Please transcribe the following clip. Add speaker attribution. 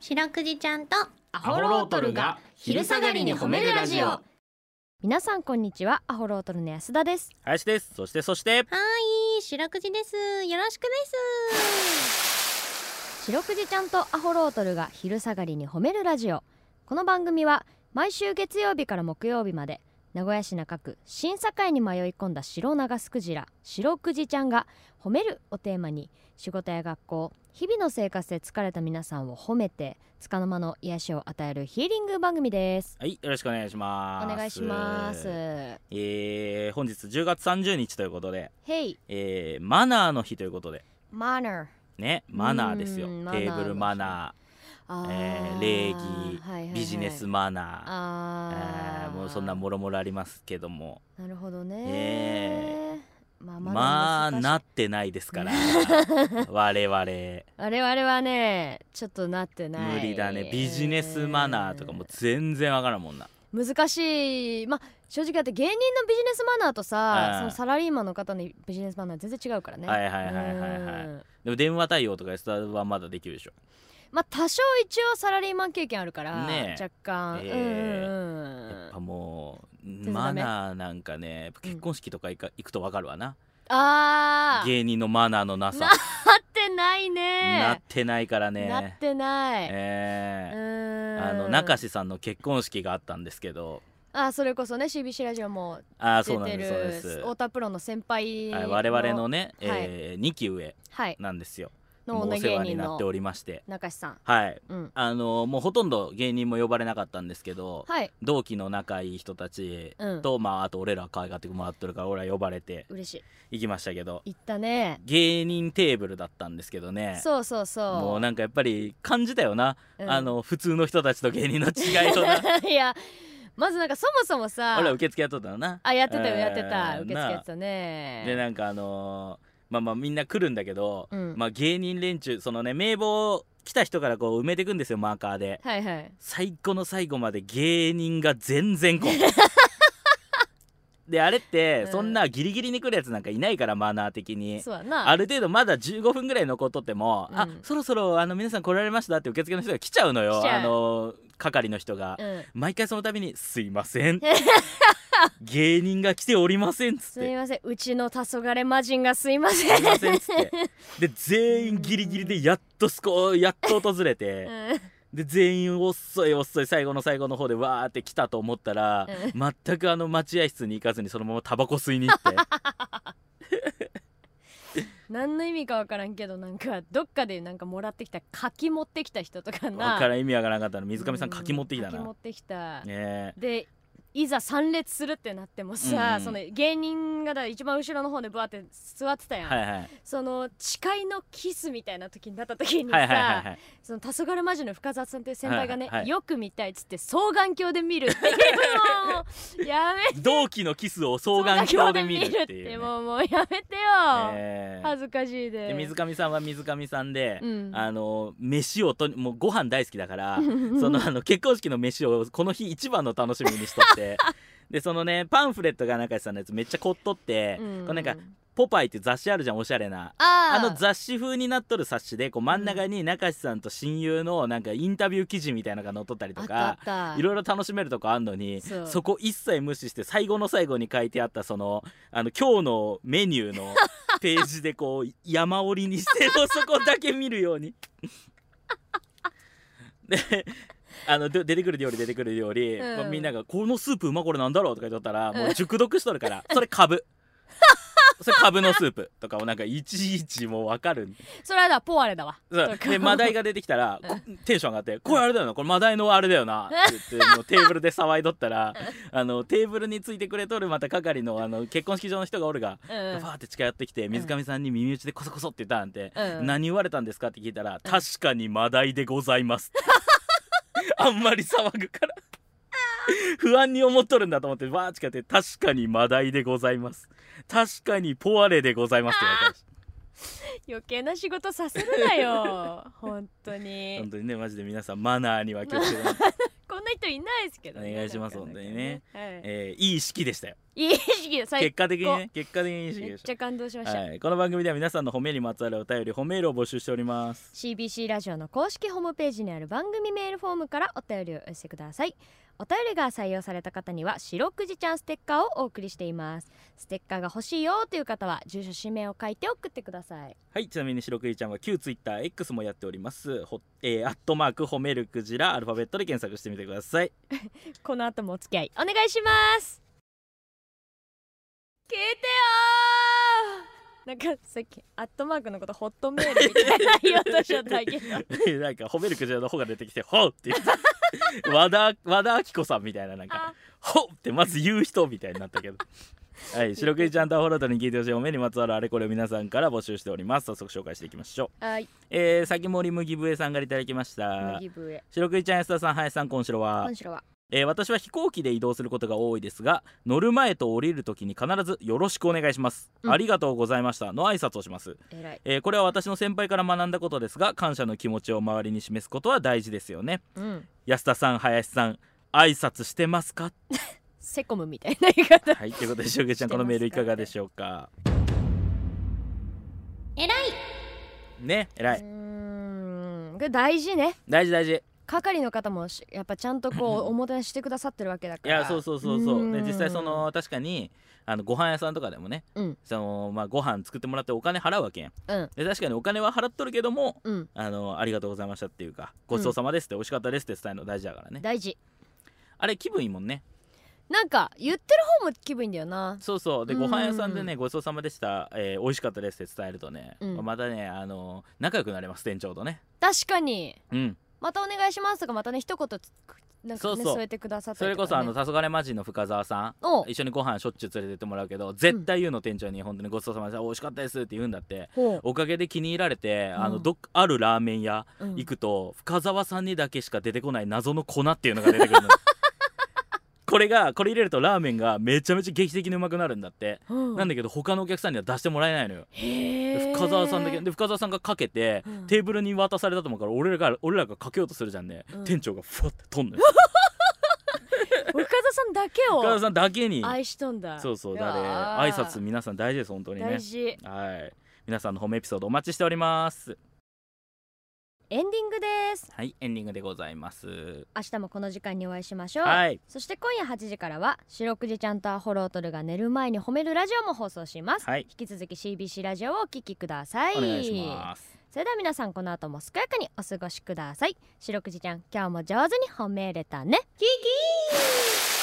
Speaker 1: 白くじちゃんとア
Speaker 2: ホロートルが昼下がりに褒めるラジオ
Speaker 3: 皆さんこんにちはアホロートルの安田です
Speaker 4: 林ですそしてそして
Speaker 1: はい白くじですよろしくです
Speaker 3: 白くじちゃんとアホロートルが昼下がりに褒めるラジオこの番組は毎週月曜日から木曜日まで名古屋市中区審査会に迷い込んだ白長スクジラ白くじちゃんが「褒める」をテーマに仕事や学校日々の生活で疲れた皆さんを褒めて束の間の癒しを与えるヒーリング番組です
Speaker 4: はいよろしくお願いし
Speaker 3: お
Speaker 4: ます
Speaker 3: 願いします
Speaker 4: えー、本日10月30日ということで、
Speaker 3: Hey
Speaker 4: えー、マナーの日ということで
Speaker 3: Manner
Speaker 4: ねマナーですよ
Speaker 3: う
Speaker 4: テ
Speaker 3: んマナー
Speaker 4: ーブルマ
Speaker 3: あ
Speaker 4: ナー
Speaker 3: ー
Speaker 4: えー礼
Speaker 3: はい
Speaker 4: 儀、
Speaker 3: はいはい
Speaker 4: ビジネスマナー
Speaker 3: あ
Speaker 4: えー
Speaker 3: ー
Speaker 4: もうそんなもろもろありますけども
Speaker 3: なるほどね、
Speaker 4: え
Speaker 3: まあ
Speaker 4: まあ
Speaker 3: だ難しい
Speaker 4: なってないで すから我々
Speaker 3: 我々はねちょっとなってない
Speaker 4: 無理だねビジネスマナーとかも全然わからんもんな
Speaker 3: 難しいまあ正直だって芸人のビジネスマナーと
Speaker 4: う
Speaker 3: さ
Speaker 4: ん
Speaker 3: そのサラリーマンの方のビジネスマナー全然違うからね
Speaker 4: はいはいはいはいはい
Speaker 3: うん
Speaker 4: でも電話対応とかスタはまだできるでしょ
Speaker 3: まあ多少一応サラリーマン経験あるから、
Speaker 4: ねえ
Speaker 3: 若干、
Speaker 4: ええ
Speaker 3: うんうん
Speaker 4: やっ
Speaker 3: うん
Speaker 4: ぱもう
Speaker 3: 然
Speaker 4: マ
Speaker 3: ダメ
Speaker 4: ナーなんかねやっぱ結婚式とか行か行くとわかるわな
Speaker 3: あー
Speaker 4: 芸人のマナーのなさ
Speaker 3: ななってないね
Speaker 4: なってないからね
Speaker 3: なってない、
Speaker 4: ええ
Speaker 3: うん
Speaker 4: あの中志さんの結婚式があったんですけど
Speaker 3: あそれこそね CBC ラジオも
Speaker 4: ああそ
Speaker 3: 出
Speaker 4: うなん
Speaker 3: て
Speaker 4: ですそうで
Speaker 3: る
Speaker 4: す
Speaker 3: 太田プロの先輩
Speaker 4: はい我々のね、
Speaker 3: はい
Speaker 4: え2期上
Speaker 3: はい
Speaker 4: なんですよ
Speaker 3: の
Speaker 4: もうお
Speaker 3: 女
Speaker 4: 世
Speaker 3: 芸
Speaker 4: 話に
Speaker 3: 人
Speaker 4: なっ
Speaker 3: の
Speaker 4: ておりまして
Speaker 3: 中志さん
Speaker 4: はい
Speaker 3: うん
Speaker 4: あのもうほとんど芸人も呼ばれなかったんですけど、
Speaker 3: はい
Speaker 4: 同期の仲いい人たちと、まああと俺ら可愛がってもらってるから俺は呼ばれて
Speaker 3: 嬉しい
Speaker 4: 行きましたけど
Speaker 3: 行ったね
Speaker 4: 芸人テーブルだったんですけどね
Speaker 3: そうそうそう
Speaker 4: もうなんかやっぱり感じたよな、
Speaker 3: うん
Speaker 4: あの普通の人たちと芸人の違いをな
Speaker 3: いやまずなんかそもそもさ
Speaker 4: 俺ら受付やっとったのな
Speaker 3: あやってたよ
Speaker 4: えー
Speaker 3: やってた
Speaker 4: な
Speaker 3: 受付やってたね
Speaker 4: でなんかあのーまあまあみんな来るんだけど、
Speaker 3: うん
Speaker 4: まあ芸人連中そのね名簿来た人からこう埋めていくんですよマーカーで
Speaker 3: はいはい
Speaker 4: 最後の最後まで芸人が全然 来んであれって、
Speaker 3: うん
Speaker 4: そんなギリギリに来るやつなんかいないからマナー的に
Speaker 3: そうだな
Speaker 4: ある程度まだ15分ぐらい残っとっても、
Speaker 3: うん
Speaker 4: あそろそろあの皆さん来られましたって受付の人が来ちゃうのよ
Speaker 3: 来ちゃう
Speaker 4: あの係の人が、
Speaker 3: うん
Speaker 4: 毎回その度に「すいません芸人が来ておりません」っつ
Speaker 3: す
Speaker 4: っ
Speaker 3: み
Speaker 4: て。
Speaker 3: ませんうちの黄昏魔人がすいませ
Speaker 4: す
Speaker 3: ん
Speaker 4: いませんっつってで全員ギリギリでやっとすこやっと訪れて、
Speaker 3: うん
Speaker 4: で全員遅い遅い最後の最後の方でわーって来たと思ったら、全くあの待合室に行かずにそのままタバコ吸いに行って
Speaker 3: 何の意味かわからんけどなんかどっかでなんかもらってきた柿持ってきた人とかな
Speaker 4: わからん意味わからなかったの水上さん柿持ってきた
Speaker 3: うん柿持
Speaker 4: な
Speaker 3: っ。てきた、
Speaker 4: ねえ
Speaker 3: でいざ参列するってなっても
Speaker 4: うん
Speaker 3: さ、
Speaker 4: うん
Speaker 3: その芸人がだ一番後ろの方でバーって座ってたやん、
Speaker 4: はいはい
Speaker 3: その誓いのキスみたいな時になった時にさ、
Speaker 4: はいはいはいはい
Speaker 3: その黄昏魔女の深澤さんっていう先輩がね、
Speaker 4: はいはいはい
Speaker 3: よく見たいっつって双眼鏡で見るっていうもうやめ
Speaker 4: 同期のキスを双眼鏡で見るっていう、ね
Speaker 3: もうもうやめてよ、
Speaker 4: えー
Speaker 3: 恥ずかしいで
Speaker 4: で水上さんは水上さんで、
Speaker 3: うん
Speaker 4: あの飯をとにもうご飯大好きだから そのあの結婚式の飯をこの日一番の楽しみにしとって でそのねパンフレットが中地さんのやつめっちゃ凝っとって、
Speaker 3: うん
Speaker 4: こうなんか「ポパイ」って雑誌あるじゃんおしゃれな。
Speaker 3: あ
Speaker 4: あ
Speaker 3: ー
Speaker 4: の雑誌風になっとる冊子でこう真ん中に中地さんと親友のなんかインタビュー記事みたいなのが載っとったりと
Speaker 3: あ
Speaker 4: か
Speaker 3: ったあった
Speaker 4: いろいろ楽しめるとこあんのに
Speaker 3: そ
Speaker 4: そうこ一切無視して最後の最後に書いてあったそのあの今日のメニューのページでこう山折りにしてもうそこだけ見るように。 であので出てくる料理出てくる料理、
Speaker 3: うん
Speaker 4: まあみんなが「このスープうまこれなんだろう?」とか言っとったらもう熟読しとるからそれカブそれカブのスープとかをなんかいちいちもう分かる
Speaker 3: それはだポワレだわ
Speaker 4: そう
Speaker 3: とか
Speaker 4: でマダイが出てきたらこテンション上がって「これあれだよなこれマダイのあれだよな」って言ってもうテーブルで騒いどったらあのテーブルについてくれとるまた係のあの結婚式場の人がおるが。
Speaker 3: う
Speaker 4: ファ
Speaker 3: ん
Speaker 4: ーって近寄ってきて水上さんに耳打ちでコソコソって言ったんて、
Speaker 3: うん
Speaker 4: 何言われたんですかって聞いたら「確かにマダイでございます」 あんまり騒ぐから不安に思っとるんだと思ってバー近寄って「確かにマダイでございます」「確かにポワレでございます」って言われたらしい
Speaker 3: 余計な仕事 させるなよ本当に
Speaker 4: 本当にねマジで皆さんマナーには気をつけてもらって
Speaker 3: こんなな人いないですけど、
Speaker 4: お願いします
Speaker 3: なんか
Speaker 4: 本当にね、
Speaker 3: はい、
Speaker 4: えーいい式でしたよ
Speaker 3: いい意識だ最
Speaker 4: 結
Speaker 3: 高
Speaker 4: 果的にね結果的にいい式
Speaker 3: めっ
Speaker 4: でし
Speaker 3: ちゃ感動しましたた、
Speaker 4: はい、この番組では皆さんの褒めにまつわるお便り褒めールを募集しております
Speaker 3: CBC ラジオの公式ホームページにある番組メールフォームからお便りを寄せてくださいお便りが採用された方には白くじちゃんステッカーをお送りしていますステッカーが欲しいよという方は住所氏名を書いて送ってください
Speaker 4: はいちなみに白クリちゃんは旧 TwitterX もやっておりますほ、えー、アットマーク褒めるクジラアルファベットで検索してみてください
Speaker 3: この後もお付き合いお願いします聞いてよーなんかさっきアットマークのことホットメールみたいな言おうとしちゃったけ ど
Speaker 4: なんか褒めるクジラの方が出てきて「ほっ!」って言って和田和田アキ子さんみたいななんか
Speaker 3: あ
Speaker 4: 「ほっ!」ってまず言う人みたいになったけどはい白クリちゃんとアホロートに聞いてほしいお目にまつわるあれこれを皆さんから募集しております早速紹介していきましょう
Speaker 3: はい
Speaker 4: えー、先森麦笛さんからいただきました
Speaker 3: 麦笛
Speaker 4: 白クリちゃん安田さん林さんこんしろは
Speaker 3: 今週は
Speaker 4: えー私は飛行機で移動することが多いですが乗る前と降りる時に必ず「よろしくお願いします」
Speaker 3: うん
Speaker 4: ありがとうございました」の挨拶をします、
Speaker 3: 偉い
Speaker 4: えーこれは私の先輩から学んだことですが感謝の気持ちを周りに示すことは大事ですよね
Speaker 3: うん
Speaker 4: 安田さん林さん挨拶してますか
Speaker 3: セコムみたいな言い 方
Speaker 4: はいということでしょうげちゃん
Speaker 3: してますか
Speaker 4: このメールいかがでしょうか
Speaker 1: えらい
Speaker 4: ねえら
Speaker 3: う
Speaker 4: い
Speaker 3: ーんこれ大事ね
Speaker 4: 大事大事
Speaker 3: 係の方もしやっぱちゃんとこうおもてなししてくださってるわけだ
Speaker 4: い
Speaker 3: から
Speaker 4: やそうそうそうそう
Speaker 3: ー
Speaker 4: で
Speaker 3: ん
Speaker 4: 実際その確かにあのご飯屋さんとかでもね
Speaker 3: うん
Speaker 4: そのまあご飯作ってもらってお金払うわけやん
Speaker 3: うん
Speaker 4: で確かにお金は払っとるけども
Speaker 3: うん
Speaker 4: あのありがとうございましたっていうかごちそうさまですって、美味しかったですって伝えるの大事だからね
Speaker 3: 大事
Speaker 4: あれ気分いいもんね
Speaker 3: なんか言ってる方も気分いいんだよな
Speaker 4: そうそうで
Speaker 3: うん
Speaker 4: ご飯屋さんでねごちそうさまでした、えー美味しかったですって伝えるとね、
Speaker 3: うん
Speaker 4: またねあの仲良くなれます店長とね
Speaker 3: 確かに
Speaker 4: うん
Speaker 3: またお願いしますとかまたね一言つなんか
Speaker 4: そう
Speaker 3: ね
Speaker 4: そう
Speaker 3: 添えてくださった
Speaker 4: それ
Speaker 3: り
Speaker 4: ことそあ
Speaker 3: かね
Speaker 4: の黄昏魔人の深澤さん
Speaker 3: おう
Speaker 4: 一緒にご飯しょっちゅう連れてってもらうけど絶対言うの店長に本当にごちそうさまでした美味しかったですって言うんだって
Speaker 3: ほ
Speaker 4: おかげで気に入られてあの
Speaker 3: うん
Speaker 4: どっあるラーメン屋
Speaker 3: ううん
Speaker 4: 行くと深澤さんにだけしか出てこない謎の粉っていうのが出てくるの これがこれ入れるとラーメンがめちゃめちゃ劇的にうまくなるんだって、
Speaker 3: うん
Speaker 4: なんだけど他のお客さんには出してもらえないのよ、
Speaker 3: へー
Speaker 4: 深澤さんだけで深澤さんがかけて、
Speaker 3: うん
Speaker 4: テーブルに渡されたと思うから俺らが俺らがかけようとするじゃんね、
Speaker 3: うん
Speaker 4: 店長がふわってとんのよ
Speaker 3: 深澤さんだけ
Speaker 4: 深澤
Speaker 3: を
Speaker 4: さんだけに
Speaker 3: 愛しとんだ
Speaker 4: そうそうだね
Speaker 3: わ
Speaker 4: 挨
Speaker 3: ー
Speaker 4: 拶皆さん大事です本当にね
Speaker 3: 大事
Speaker 4: はい皆さんの褒めエピソードお待ちしております
Speaker 3: エンディングです
Speaker 4: はいエンディングでございます
Speaker 3: 明日もこの時間にお会いしましょう
Speaker 4: はい
Speaker 3: そして今夜8時からは「白くじちゃんとアホロートルが寝る前に褒めるラジオ」も放送します
Speaker 4: はい
Speaker 3: 引き続き CBC ラジオをお聞きください
Speaker 4: お願いします
Speaker 3: それでは皆さんこの後も健やかにお過ごしください白くじちゃん今日も上手に褒めれたねキキー